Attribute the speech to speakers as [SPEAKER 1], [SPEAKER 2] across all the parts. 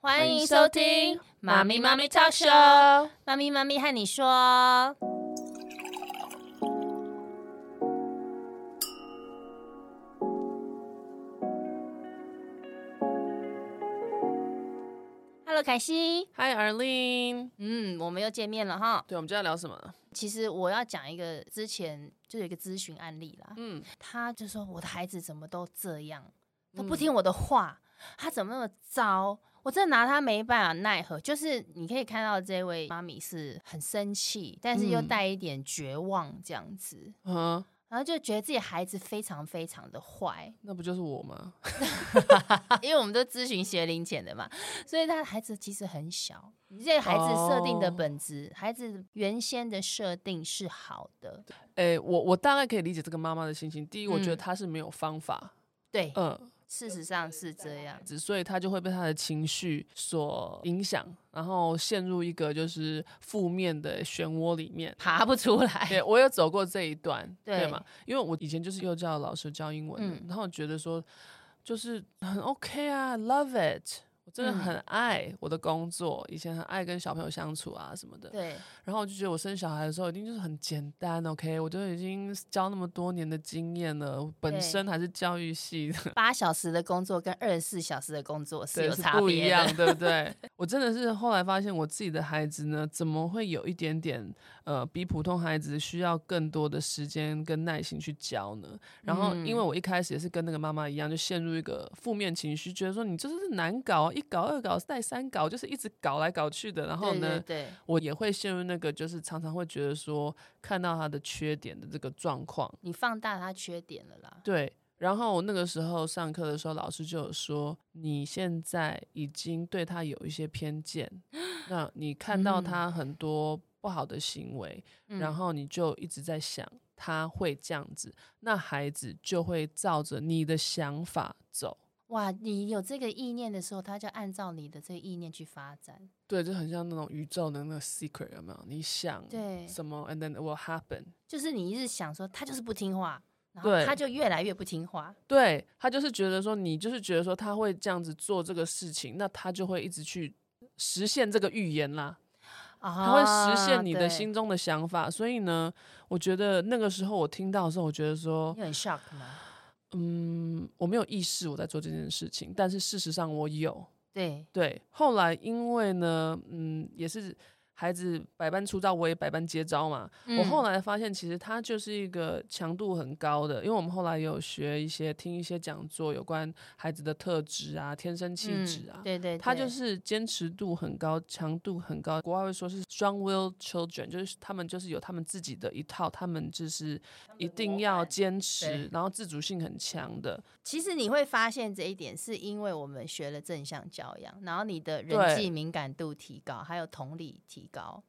[SPEAKER 1] 欢迎
[SPEAKER 2] 迎
[SPEAKER 1] 收
[SPEAKER 2] 收
[SPEAKER 1] 听
[SPEAKER 2] 听
[SPEAKER 1] 《妈
[SPEAKER 2] 妈
[SPEAKER 1] 咪
[SPEAKER 2] 咪
[SPEAKER 1] 妈
[SPEAKER 2] 妈
[SPEAKER 1] 咪
[SPEAKER 2] 咪
[SPEAKER 1] Talk
[SPEAKER 2] talk
[SPEAKER 1] Show》，
[SPEAKER 2] show
[SPEAKER 1] 妈咪妈咪和你说，Hello，凯西，
[SPEAKER 2] 嗨，Arlene，
[SPEAKER 1] 嗯，我们又见面了哈。
[SPEAKER 2] 对，我们今天要聊什么呢？
[SPEAKER 1] 其实我要讲一个之前就有一个咨询案例啦，
[SPEAKER 2] 嗯，
[SPEAKER 1] 他就说我的孩子怎么都这样，他
[SPEAKER 2] 嗯
[SPEAKER 1] 不听我的话，他怎么那么糟？我真的拿他没办法奈何。就是你可以看到这位妈咪是很生气，但是又
[SPEAKER 2] 嗯
[SPEAKER 1] 带一点绝望这样子，
[SPEAKER 2] 啊，，
[SPEAKER 1] 然后就觉得自己孩子非常非常的坏
[SPEAKER 2] 那不就是我吗？
[SPEAKER 1] 因为我们都咨询学龄前的嘛，所以他的孩子其实很小。你这个孩子设定的
[SPEAKER 2] 哦
[SPEAKER 1] 本质，孩子原先的设定是好的，
[SPEAKER 2] 哎、我我大概可以理解这个妈妈的心情。第一，我觉得
[SPEAKER 1] 嗯
[SPEAKER 2] 她是没有方法，
[SPEAKER 1] 对，
[SPEAKER 2] 嗯，
[SPEAKER 1] 事实上是这样。
[SPEAKER 2] 只所以她就会被她的情绪所影响，然后陷入一个就是负面的漩涡里面。
[SPEAKER 1] 爬不出来，
[SPEAKER 2] 对，我有走过这一段，对
[SPEAKER 1] 哎对
[SPEAKER 2] 吗？因为我以前就是幼教老师教英文的，
[SPEAKER 1] 嗯
[SPEAKER 2] 然后觉得说就是很 OK 啊，love it，我真的
[SPEAKER 1] 嗯
[SPEAKER 2] 很爱我的工作，以前很爱跟小朋友相处啊什么的。
[SPEAKER 1] 对，
[SPEAKER 2] 然后我就觉得我生小孩的时候一定就是很简单，OK，我都已经教那么多年的经验了，我
[SPEAKER 1] 对
[SPEAKER 2] 本身还是教育系的，
[SPEAKER 1] 八小时的工作跟二十四小时的工作是
[SPEAKER 2] 对，
[SPEAKER 1] 有
[SPEAKER 2] 是
[SPEAKER 1] 差
[SPEAKER 2] 不一
[SPEAKER 1] 别
[SPEAKER 2] 样
[SPEAKER 1] 的。，
[SPEAKER 2] 对 不对？我真的是后来发现我自己的孩子呢，怎么会有一点点呃，比普通孩子需要更多的时间跟耐心去教呢？然后因
[SPEAKER 1] 嗯
[SPEAKER 2] 为我一开始也是跟那个妈妈一样，就陷入一个负面情绪，觉得说你就是难搞啊，一搞二搞再三搞，就是一直搞来搞去的，然后
[SPEAKER 1] 对
[SPEAKER 2] 呢，
[SPEAKER 1] 对对，
[SPEAKER 2] 我也会陷入那个，就是常常会觉得说看到他的缺点的这个状况。
[SPEAKER 1] 你放大他缺点了啦。
[SPEAKER 2] 对，然后我那个时候上课的时候，老师就有说，你现在已经对他有一些偏见，那你看到
[SPEAKER 1] 嗯
[SPEAKER 2] 他很多不好的行为，然后你就一直在想他会这样子，那孩子就会照着你的想法走。
[SPEAKER 1] 哇，你有这个意念的时候，他就按照你的这个意念去发展。
[SPEAKER 2] 对，就很像那种宇宙的那个 secret 有没有？你想
[SPEAKER 1] 对，
[SPEAKER 2] 什么，and then it will happen。
[SPEAKER 1] 就是你一直想说他就是不听话，然后
[SPEAKER 2] 对
[SPEAKER 1] 他就越来越不听话。
[SPEAKER 2] 对他就是觉得说，你就是觉得说他会这样子做这个事情，那他就会一直去实现这个预言啦，他会
[SPEAKER 1] 啊
[SPEAKER 2] 实现你的
[SPEAKER 1] 对
[SPEAKER 2] 心中的想法。所以呢，我觉得那个时候我听到的时候，我觉得说
[SPEAKER 1] 你，很 shock 吗？
[SPEAKER 2] 嗯，我没有意识我在做这件事情，但是事实上我有。
[SPEAKER 1] 对，
[SPEAKER 2] 对，后来因为呢，嗯，也是孩子百般出招，我也百般接招嘛。我后
[SPEAKER 1] 来
[SPEAKER 2] 来发现，其实它就是一个强度很高的，因为我们后来有学一些、听一些讲座，有关孩子的特质啊、天生气质啊，
[SPEAKER 1] 嗯对对，
[SPEAKER 2] 它就
[SPEAKER 1] 对
[SPEAKER 2] 是坚持度很高、强度很高。国外会说是 strong-willed children，就是他们就是有他们自己的一套，他们就是一定要坚持
[SPEAKER 1] 对，
[SPEAKER 2] 然后自主性很强的。
[SPEAKER 1] 其实你会发现这一点，是因为我们学了正向教养，然后你的人
[SPEAKER 2] 对
[SPEAKER 1] 际敏感度提高，还有同理提高，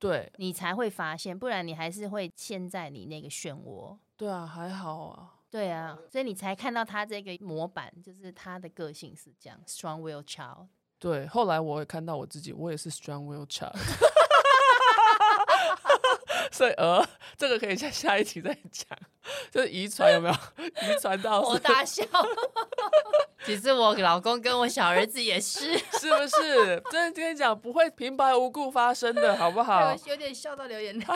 [SPEAKER 2] 对，
[SPEAKER 1] 你才会发现，不然你还是会陷在你那个漩涡。
[SPEAKER 2] 对啊，还好啊。
[SPEAKER 1] 对啊，所以你才看到他这个模板，就是他的个性是这样，strong will child。
[SPEAKER 2] 对，后来我也看到我自己，我也是 strong will child，所以呃，这个可以在下一集再讲，就是遗传有没有？ 遗传到
[SPEAKER 1] 我
[SPEAKER 2] 是
[SPEAKER 1] 大笑。 其实我老公跟我小儿子也是，
[SPEAKER 2] 是不是？ 真的跟你讲，不会平白无故发生的，好不好？
[SPEAKER 1] 有点笑到流眼 泪。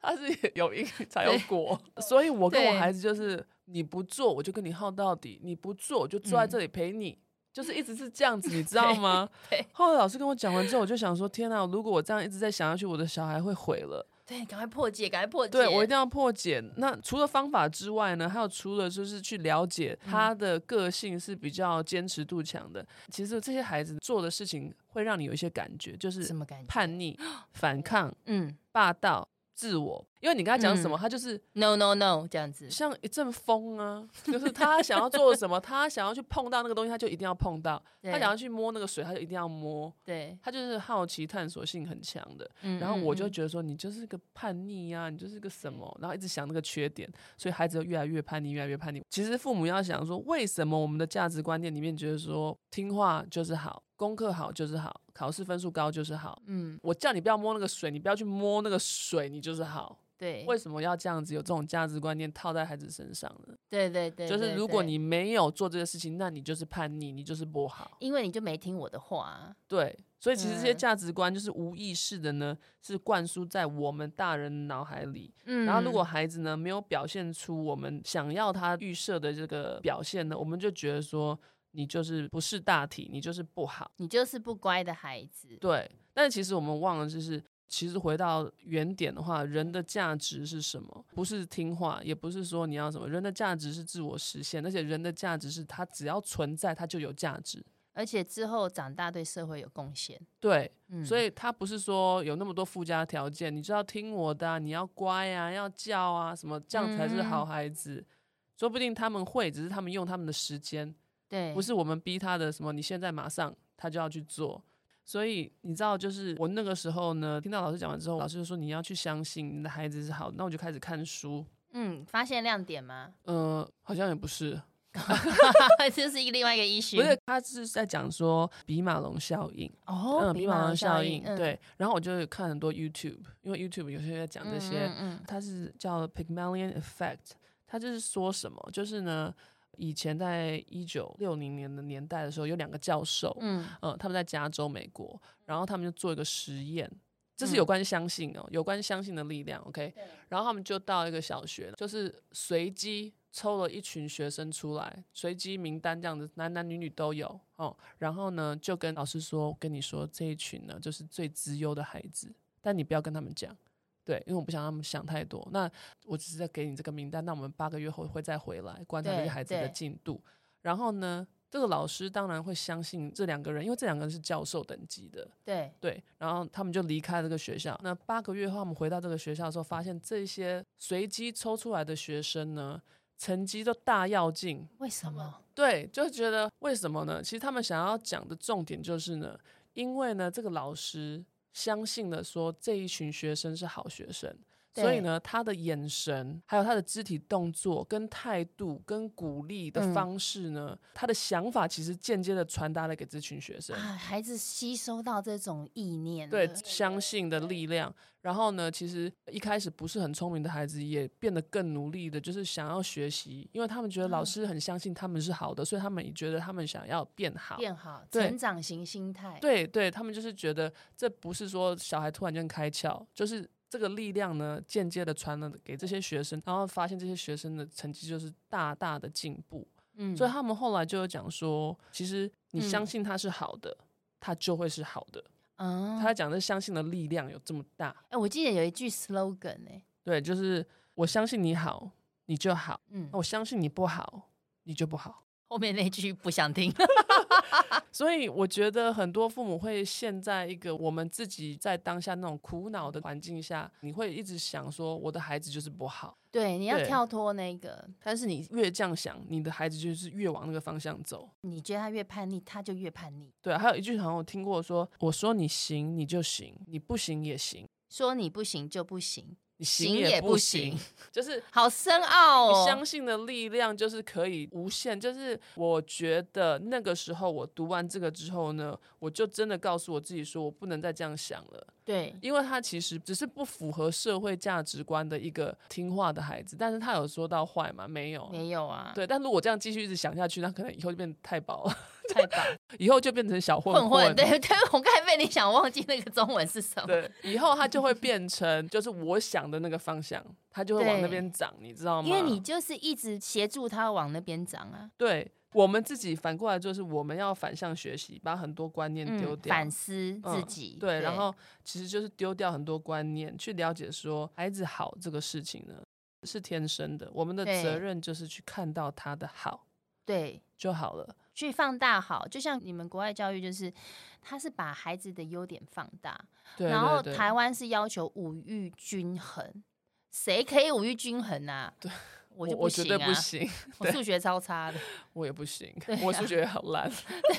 [SPEAKER 2] 它是有因才有果，所以我跟我
[SPEAKER 1] 对
[SPEAKER 2] 孩子就是，你不做我就跟你耗到底，你不做我就坐在这里陪你，就是一直是这样子，你知道吗
[SPEAKER 1] 对？
[SPEAKER 2] 后来老师跟我讲完之后，我就想说，天哪！如果我这样一直在想下去，我的小孩会毁了。
[SPEAKER 1] 对，赶快破解，赶快破解。
[SPEAKER 2] 对我一定要破解。那除了方法之外呢，还有除了就是去了解他的个性是比较坚持度强的。其实这些孩子做的事情会让你有一些感觉，就
[SPEAKER 1] 什
[SPEAKER 2] 是
[SPEAKER 1] 么感觉？
[SPEAKER 2] 叛逆、反抗、
[SPEAKER 1] 嗯
[SPEAKER 2] 霸道、自我。因为你跟他讲什么，
[SPEAKER 1] 嗯
[SPEAKER 2] 他就是
[SPEAKER 1] ，no no no，这样子。
[SPEAKER 2] 像一阵风啊，就是他想要做什么，他想要去碰到那个东西，他就一定要碰到；
[SPEAKER 1] 对
[SPEAKER 2] 他想要去摸那个水，他就一定要摸。
[SPEAKER 1] 对，
[SPEAKER 2] 他就是好奇探索性很强的，
[SPEAKER 1] 嗯
[SPEAKER 2] 然后我
[SPEAKER 1] 嗯
[SPEAKER 2] 就
[SPEAKER 1] 嗯
[SPEAKER 2] 觉得说你就是个叛逆呀、你就是个什么，然后一直想那个缺点，所以孩子就越来越叛逆，越来越叛逆。其实父母要想说，为什么我们的价值观念里面觉得说听话就是好，功课好就是好，考试分数高就是好，
[SPEAKER 1] 嗯，
[SPEAKER 2] 我叫你不要摸那个水，你不要去摸那个水，你就是好。
[SPEAKER 1] 对，
[SPEAKER 2] 为什么要这样子有这种价值观念套在孩子身上呢？
[SPEAKER 1] 对对对，
[SPEAKER 2] 就是
[SPEAKER 1] 对
[SPEAKER 2] 如果
[SPEAKER 1] 对
[SPEAKER 2] 你没有做这些事情，那你就是叛逆，你就是不好。
[SPEAKER 1] 因为你就没听我的话，
[SPEAKER 2] 对，所以其实这些
[SPEAKER 1] 嗯
[SPEAKER 2] 价值观就是无意识的呢，是灌输在我们大人脑海里。
[SPEAKER 1] 嗯，
[SPEAKER 2] 然后，如果孩子呢没有表现出我们想要他预设的这个表现呢，我们就觉得说你就是不是大体，你就是不好。
[SPEAKER 1] 你就是不乖的孩子，
[SPEAKER 2] 对，但其实我们忘了，就是其实回到原点的话，人的价值是什么？不是听话，也不是说你要什么，人的价值是自我实现，而且人的价值是他只要存在，他就有价值。
[SPEAKER 1] 而且之后长大对社会有贡献，
[SPEAKER 2] 对，
[SPEAKER 1] 嗯，
[SPEAKER 2] 所以他不是说有那么多附加条件，你就要听我的啊、你要乖啊，要叫啊，什么这样才是好孩子。说不定他们会，只是他们用他们的时间，
[SPEAKER 1] 对，
[SPEAKER 2] 不是我们逼他的什么，你现在马上他就要去做。所以你知道，就是我那个时候呢，听到老师讲完之后，老师就说你要去相信你的孩子是好的。那我就开始看书，
[SPEAKER 1] 嗯，发现亮点 吗？
[SPEAKER 2] 呃，好像也不是，
[SPEAKER 1] 这是一个另外一个 issue，
[SPEAKER 2] 不是，他是在讲说比马龙效应。
[SPEAKER 1] 哦，
[SPEAKER 2] 嗯，比马龙效应，
[SPEAKER 1] 嗯，
[SPEAKER 2] 对。然后我就有看很多 YouTube，因为 YouTube 有些在讲这
[SPEAKER 1] 嗯
[SPEAKER 2] 些，
[SPEAKER 1] 嗯嗯
[SPEAKER 2] 它是叫 Pygmalion Effect，它就是说什么，就是呢，以前在一九六零年的年代的时候，有两个教授，
[SPEAKER 1] 嗯，
[SPEAKER 2] 呃，他们在加州美国，然后他们就做一个实验。这是有关相信哦，有关相信的力量，OK。然后他们就到一个小学，就是随机抽了一群学生出来，随机名单这样子，男男女女都有哦。然后呢，就跟老师说，我跟你说这一群呢，就是最资优的孩子，但你不要跟他们讲，对，因为我不想让他们想太多。那我只是在给你这个名单，那我们八个月后会再回来观察这
[SPEAKER 1] 对
[SPEAKER 2] 些孩子的
[SPEAKER 1] 对
[SPEAKER 2] 进度。然后呢，这个老师当然会相信这两个人，因为这两个人是教授等级的，
[SPEAKER 1] 对，
[SPEAKER 2] 对。然后他们就离开这个学校。那八个月后，他们回到这个学校的时候，发现这些随机抽出来的学生呢，成绩都大要进。
[SPEAKER 1] 为什么？
[SPEAKER 2] 对，就觉得为什么呢？其实他们想要讲的重点就是呢，因为呢，这个老师相信了说这一群学生是好学生，
[SPEAKER 1] 对
[SPEAKER 2] 所以呢，他的眼神，还有他的肢体动作、跟态度、跟鼓励的
[SPEAKER 1] 嗯
[SPEAKER 2] 方式呢，他的想法其实间接的传达了给这群学生。
[SPEAKER 1] 啊，孩子吸收到这种意念了，
[SPEAKER 2] 对相信的力量。然后呢，其实一开始不是很聪明的孩子也变得更努力的，就是想要学习，因为他们觉得
[SPEAKER 1] 嗯
[SPEAKER 2] 老师很相信他们是好的，所以他们也觉得他们想要变好。
[SPEAKER 1] 变好，
[SPEAKER 2] 对
[SPEAKER 1] 成长型心态，
[SPEAKER 2] 对对，他们就是觉得这不是说小孩突然间开窍，就是这个力量呢，间接的传了给这些学生，然后发现这些学生的成绩就是大大的进步。
[SPEAKER 1] 嗯，
[SPEAKER 2] 所以他们后来就有讲说，其实你相
[SPEAKER 1] 嗯
[SPEAKER 2] 信他是好的，他就会是好的。
[SPEAKER 1] 嗯，
[SPEAKER 2] 他讲的相信的力量有这么大。
[SPEAKER 1] 哎、我记得有一句 slogan 哎、
[SPEAKER 2] 对，就是我相信你好，你就好；
[SPEAKER 1] 嗯
[SPEAKER 2] 那，我相信你不好，你就不好。
[SPEAKER 1] 后面那句不想 听。
[SPEAKER 2] 所以我觉得很多父母会陷在一个我们自己在当下那种苦恼的环境下，你会一直想说我的孩子就是不好，
[SPEAKER 1] 对，你要
[SPEAKER 2] 对
[SPEAKER 1] 跳脱那个，
[SPEAKER 2] 但是你越这样想，你的孩子就是越往那个方向走。
[SPEAKER 1] 你觉得他越叛逆，他就越叛逆。
[SPEAKER 2] 对，啊还有一句好像我听过说，我说你行你就行，你不行也行，
[SPEAKER 1] 说你不行就不行，
[SPEAKER 2] 你
[SPEAKER 1] 行也
[SPEAKER 2] 不
[SPEAKER 1] 不
[SPEAKER 2] 行， 就是
[SPEAKER 1] 好深奥
[SPEAKER 2] 你
[SPEAKER 1] 哦。
[SPEAKER 2] 相信的力量就是可以无限。就是我觉得那个时候我读完这个之后呢，我就真的告诉我自己说，我不能再这样想了，
[SPEAKER 1] 对，
[SPEAKER 2] 因为他其实只是不符合社会价值观的一个听话的孩子。但是他有说到坏吗？没有。
[SPEAKER 1] 没有啊，
[SPEAKER 2] 哦对，但如果这样继续一直想下去，那可能以后就变太薄了，
[SPEAKER 1] 太棒，
[SPEAKER 2] 以后就变成小混
[SPEAKER 1] 混混， 对对，我刚才被你想忘记那个中文是什么。
[SPEAKER 2] 对，以后他就会变成就是我想的那个方向，他就会往那
[SPEAKER 1] 对
[SPEAKER 2] 边长，你知道吗？
[SPEAKER 1] 因为你就是一直协助他往那边长啊，
[SPEAKER 2] 对我们自己反过来就是我们要反向学习，把很多观念丢
[SPEAKER 1] 嗯，
[SPEAKER 2] 掉。
[SPEAKER 1] 反思自
[SPEAKER 2] 嗯
[SPEAKER 1] 己，
[SPEAKER 2] 对，然后其实就是丢掉很多观念，去了解说孩子好这个事情呢是天生的，我们的责
[SPEAKER 1] 对
[SPEAKER 2] 任就是去看到他的好
[SPEAKER 1] 对，
[SPEAKER 2] 就好了。
[SPEAKER 1] 去放大好，就像你们国外教育就是，他是把孩子的优点放大，
[SPEAKER 2] 对，
[SPEAKER 1] 然后
[SPEAKER 2] 对对
[SPEAKER 1] 台湾是要求五育均衡，谁可以五育均衡啊？对，我
[SPEAKER 2] 我
[SPEAKER 1] 就
[SPEAKER 2] 我绝
[SPEAKER 1] 行
[SPEAKER 2] 对
[SPEAKER 1] 啊，
[SPEAKER 2] 不行，
[SPEAKER 1] 我数学超差 的，
[SPEAKER 2] 我也不行，
[SPEAKER 1] 对
[SPEAKER 2] 我数学也好 烂，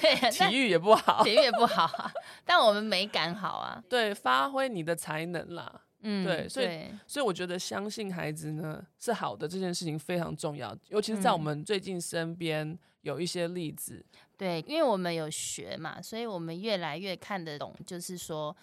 [SPEAKER 1] 对，但
[SPEAKER 2] 体育也不好。
[SPEAKER 1] 体育也不好啊， 但我们美感好啊，
[SPEAKER 2] 对，发挥你的才能啦。
[SPEAKER 1] 嗯，
[SPEAKER 2] 对所以
[SPEAKER 1] 对
[SPEAKER 2] 所以我觉得相信孩子呢是好的这件事情非常重要，尤其是在我
[SPEAKER 1] 嗯
[SPEAKER 2] 们最近身边有一些例子，
[SPEAKER 1] 对，因为我们有学嘛，所以我们越来越看得懂，就是说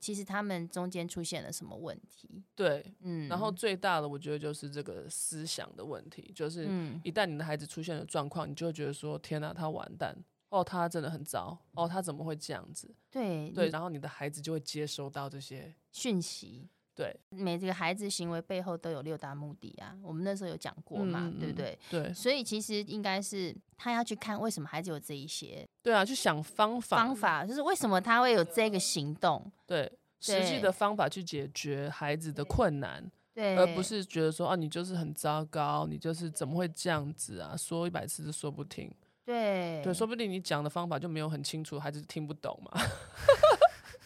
[SPEAKER 1] 其实他们中间出现了什么问题。
[SPEAKER 2] 对，
[SPEAKER 1] 嗯，
[SPEAKER 2] 然后最大的我觉得就是这个思想的问题，就是
[SPEAKER 1] 嗯
[SPEAKER 2] 一旦你的孩子出现了状况，你就会觉得说天哪、他完蛋，哦，他真的很糟，哦，他怎么会这样子？
[SPEAKER 1] 对
[SPEAKER 2] 对，
[SPEAKER 1] 你
[SPEAKER 2] 然后你的孩子就会接收到这些，
[SPEAKER 1] 讯息，
[SPEAKER 2] 对
[SPEAKER 1] 每个孩子行为背后都有六大目的啊，我们那时候有讲过嘛，
[SPEAKER 2] 嗯
[SPEAKER 1] 对不
[SPEAKER 2] 嗯
[SPEAKER 1] 对？
[SPEAKER 2] 对
[SPEAKER 1] 所以其实应该是他要去看为什么孩子有这一些
[SPEAKER 2] 对啊，去想方法，
[SPEAKER 1] 方法，就是为什么他会有这个行动，
[SPEAKER 2] 对实际
[SPEAKER 1] 对
[SPEAKER 2] 的方法去解决孩子的困难，
[SPEAKER 1] 对，
[SPEAKER 2] 而不是觉得说啊，你就是很糟糕，你就是怎么会这样子啊，说一百次都说不听。
[SPEAKER 1] 对
[SPEAKER 2] 对，说不定你讲的方法就没有很清楚，孩子听不懂嘛。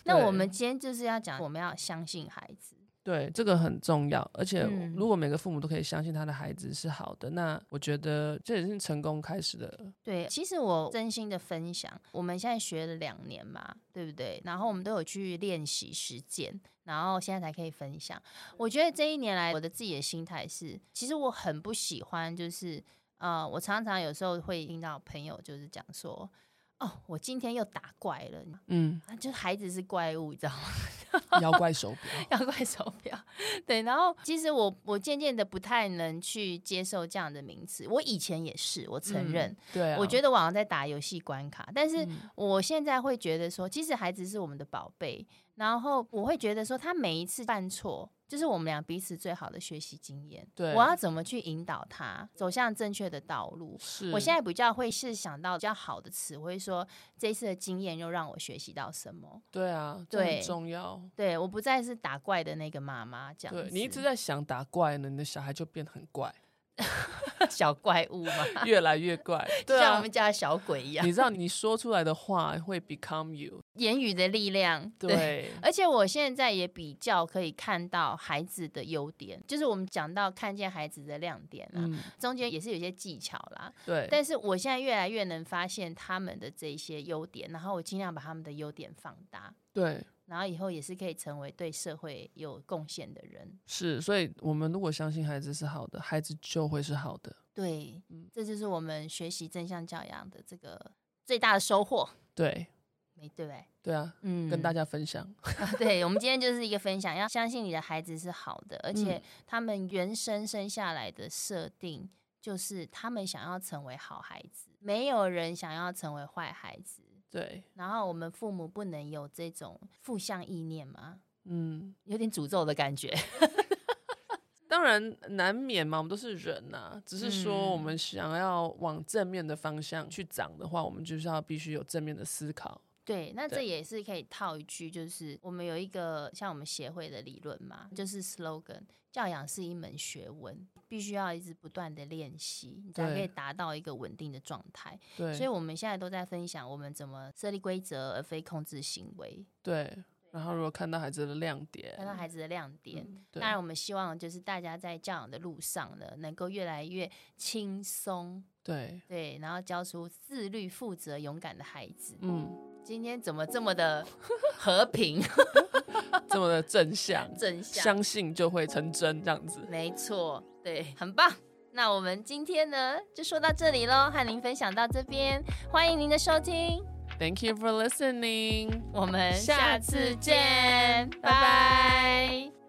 [SPEAKER 1] 那我
[SPEAKER 2] 对
[SPEAKER 1] 们今天就是要讲，我们要相信孩子。
[SPEAKER 2] 对，这个很重要。而且
[SPEAKER 1] 嗯，
[SPEAKER 2] 如果每个父母都可以相信他的孩子是好的，那我觉得这也是成功开始的。
[SPEAKER 1] 对，其实我真心的分享，我们现在学了两年嘛，对不对？然后我们都有去练习实践，然后现在才可以分享。我觉得这一年来，我的自己的心态是，其实我很不喜欢，就是呃，我常常有时候会听到朋友就是讲说，哦，我今天又打怪了，
[SPEAKER 2] 嗯，
[SPEAKER 1] 啊就是孩子是怪物，你知道吗？
[SPEAKER 2] 妖怪手表。
[SPEAKER 1] 要怪手表，对。然后其实我我渐渐的不太能去接受这样的名词，我以前也是，我 承认。
[SPEAKER 2] 嗯对啊，嗯
[SPEAKER 1] 我觉
[SPEAKER 2] 得
[SPEAKER 1] 得网上在打游戏关卡，但是我现在会觉得说，其实孩子是我们的宝贝，然后我会觉得说，他每一次犯错，就是我们俩彼此最好的学习经验。
[SPEAKER 2] 对
[SPEAKER 1] 我要怎么去引导他走向正确的道路？
[SPEAKER 2] 是。
[SPEAKER 1] 我现在比较会是想到比较好的词汇，说这一次的经验又让我学习到什么。
[SPEAKER 2] 对啊，这很
[SPEAKER 1] 对
[SPEAKER 2] 重要。
[SPEAKER 1] 对我不再是打怪的那个妈妈，这样
[SPEAKER 2] 对
[SPEAKER 1] 子
[SPEAKER 2] 你一直在想打怪呢，你的小孩就变得很怪，
[SPEAKER 1] 小怪物 嘛，
[SPEAKER 2] 越来越 怪。对
[SPEAKER 1] 像我
[SPEAKER 2] 啊
[SPEAKER 1] 们，家的小鬼一样，
[SPEAKER 2] 你知道你说出来的话会 become you。
[SPEAKER 1] 言语的力量，
[SPEAKER 2] 对，
[SPEAKER 1] 而且我现在也比较可以看到孩子的优点，就是我们讲到看见孩子的亮点啊，
[SPEAKER 2] 嗯，
[SPEAKER 1] 中间也是有些技巧啦。
[SPEAKER 2] 对，
[SPEAKER 1] 但是我现在越来越能发现他们的这些优点，然后我尽量把他们的优点放大，
[SPEAKER 2] 对。
[SPEAKER 1] 然后以后也是可以成为对社会有贡献的人。
[SPEAKER 2] 是，所以我们如果相信孩子是好的，孩子就会是好的。
[SPEAKER 1] 对，
[SPEAKER 2] 嗯
[SPEAKER 1] 这就是我们学习正向教养的这个最大的收获，
[SPEAKER 2] 对，
[SPEAKER 1] 没对不对？
[SPEAKER 2] 对啊，
[SPEAKER 1] 嗯
[SPEAKER 2] 跟大
[SPEAKER 1] 家、
[SPEAKER 2] 家分享。
[SPEAKER 1] 对，我们今天就是一个分享，要相信你的孩子是好的，而且
[SPEAKER 2] 嗯
[SPEAKER 1] 他们原生生下来的设定就是他们想要成为好孩子，没有人想要成为坏孩子。
[SPEAKER 2] 对，
[SPEAKER 1] 然后我们父母不能有这种负向意念吗？
[SPEAKER 2] 嗯，
[SPEAKER 1] 有点诅咒的感觉。
[SPEAKER 2] 当然难免嘛，我们都是人呐、只是说我
[SPEAKER 1] 嗯
[SPEAKER 2] 们想要往正面的方向去长的话，我们就是要必须有正面的思考。
[SPEAKER 1] 对，那这
[SPEAKER 2] 对
[SPEAKER 1] 也是可以套一句，就是我们有一个像我们协会的理论嘛，就是 slogan，教养是一门学问，必须要一直不断的练习，你才可
[SPEAKER 2] 对
[SPEAKER 1] 以达到一个稳定的状态。
[SPEAKER 2] 对，
[SPEAKER 1] 所以我们现在都在分享我们怎么设立规则，而非控制行为，
[SPEAKER 2] 对。然后如果看到孩子的亮点，
[SPEAKER 1] 看到孩子的亮点。
[SPEAKER 2] 对
[SPEAKER 1] 当然，我们希望就是大家在教养的路上呢，能够越来越轻松，
[SPEAKER 2] 对，
[SPEAKER 1] 对，然后教出自律、负责、勇敢的孩子。
[SPEAKER 2] 嗯，
[SPEAKER 1] 今天怎么这么 的和平
[SPEAKER 2] 这么的正向，
[SPEAKER 1] 正向？
[SPEAKER 2] 相信就会成真，这样子。
[SPEAKER 1] 没错，对，很棒。那我们今天呢，就说到这里喽，和您分享到这边，欢迎您的收听，
[SPEAKER 2] Thank you for listening.
[SPEAKER 1] 我们
[SPEAKER 2] 下
[SPEAKER 1] 下
[SPEAKER 2] 次
[SPEAKER 1] 次见，拜
[SPEAKER 2] 拜
[SPEAKER 1] 拜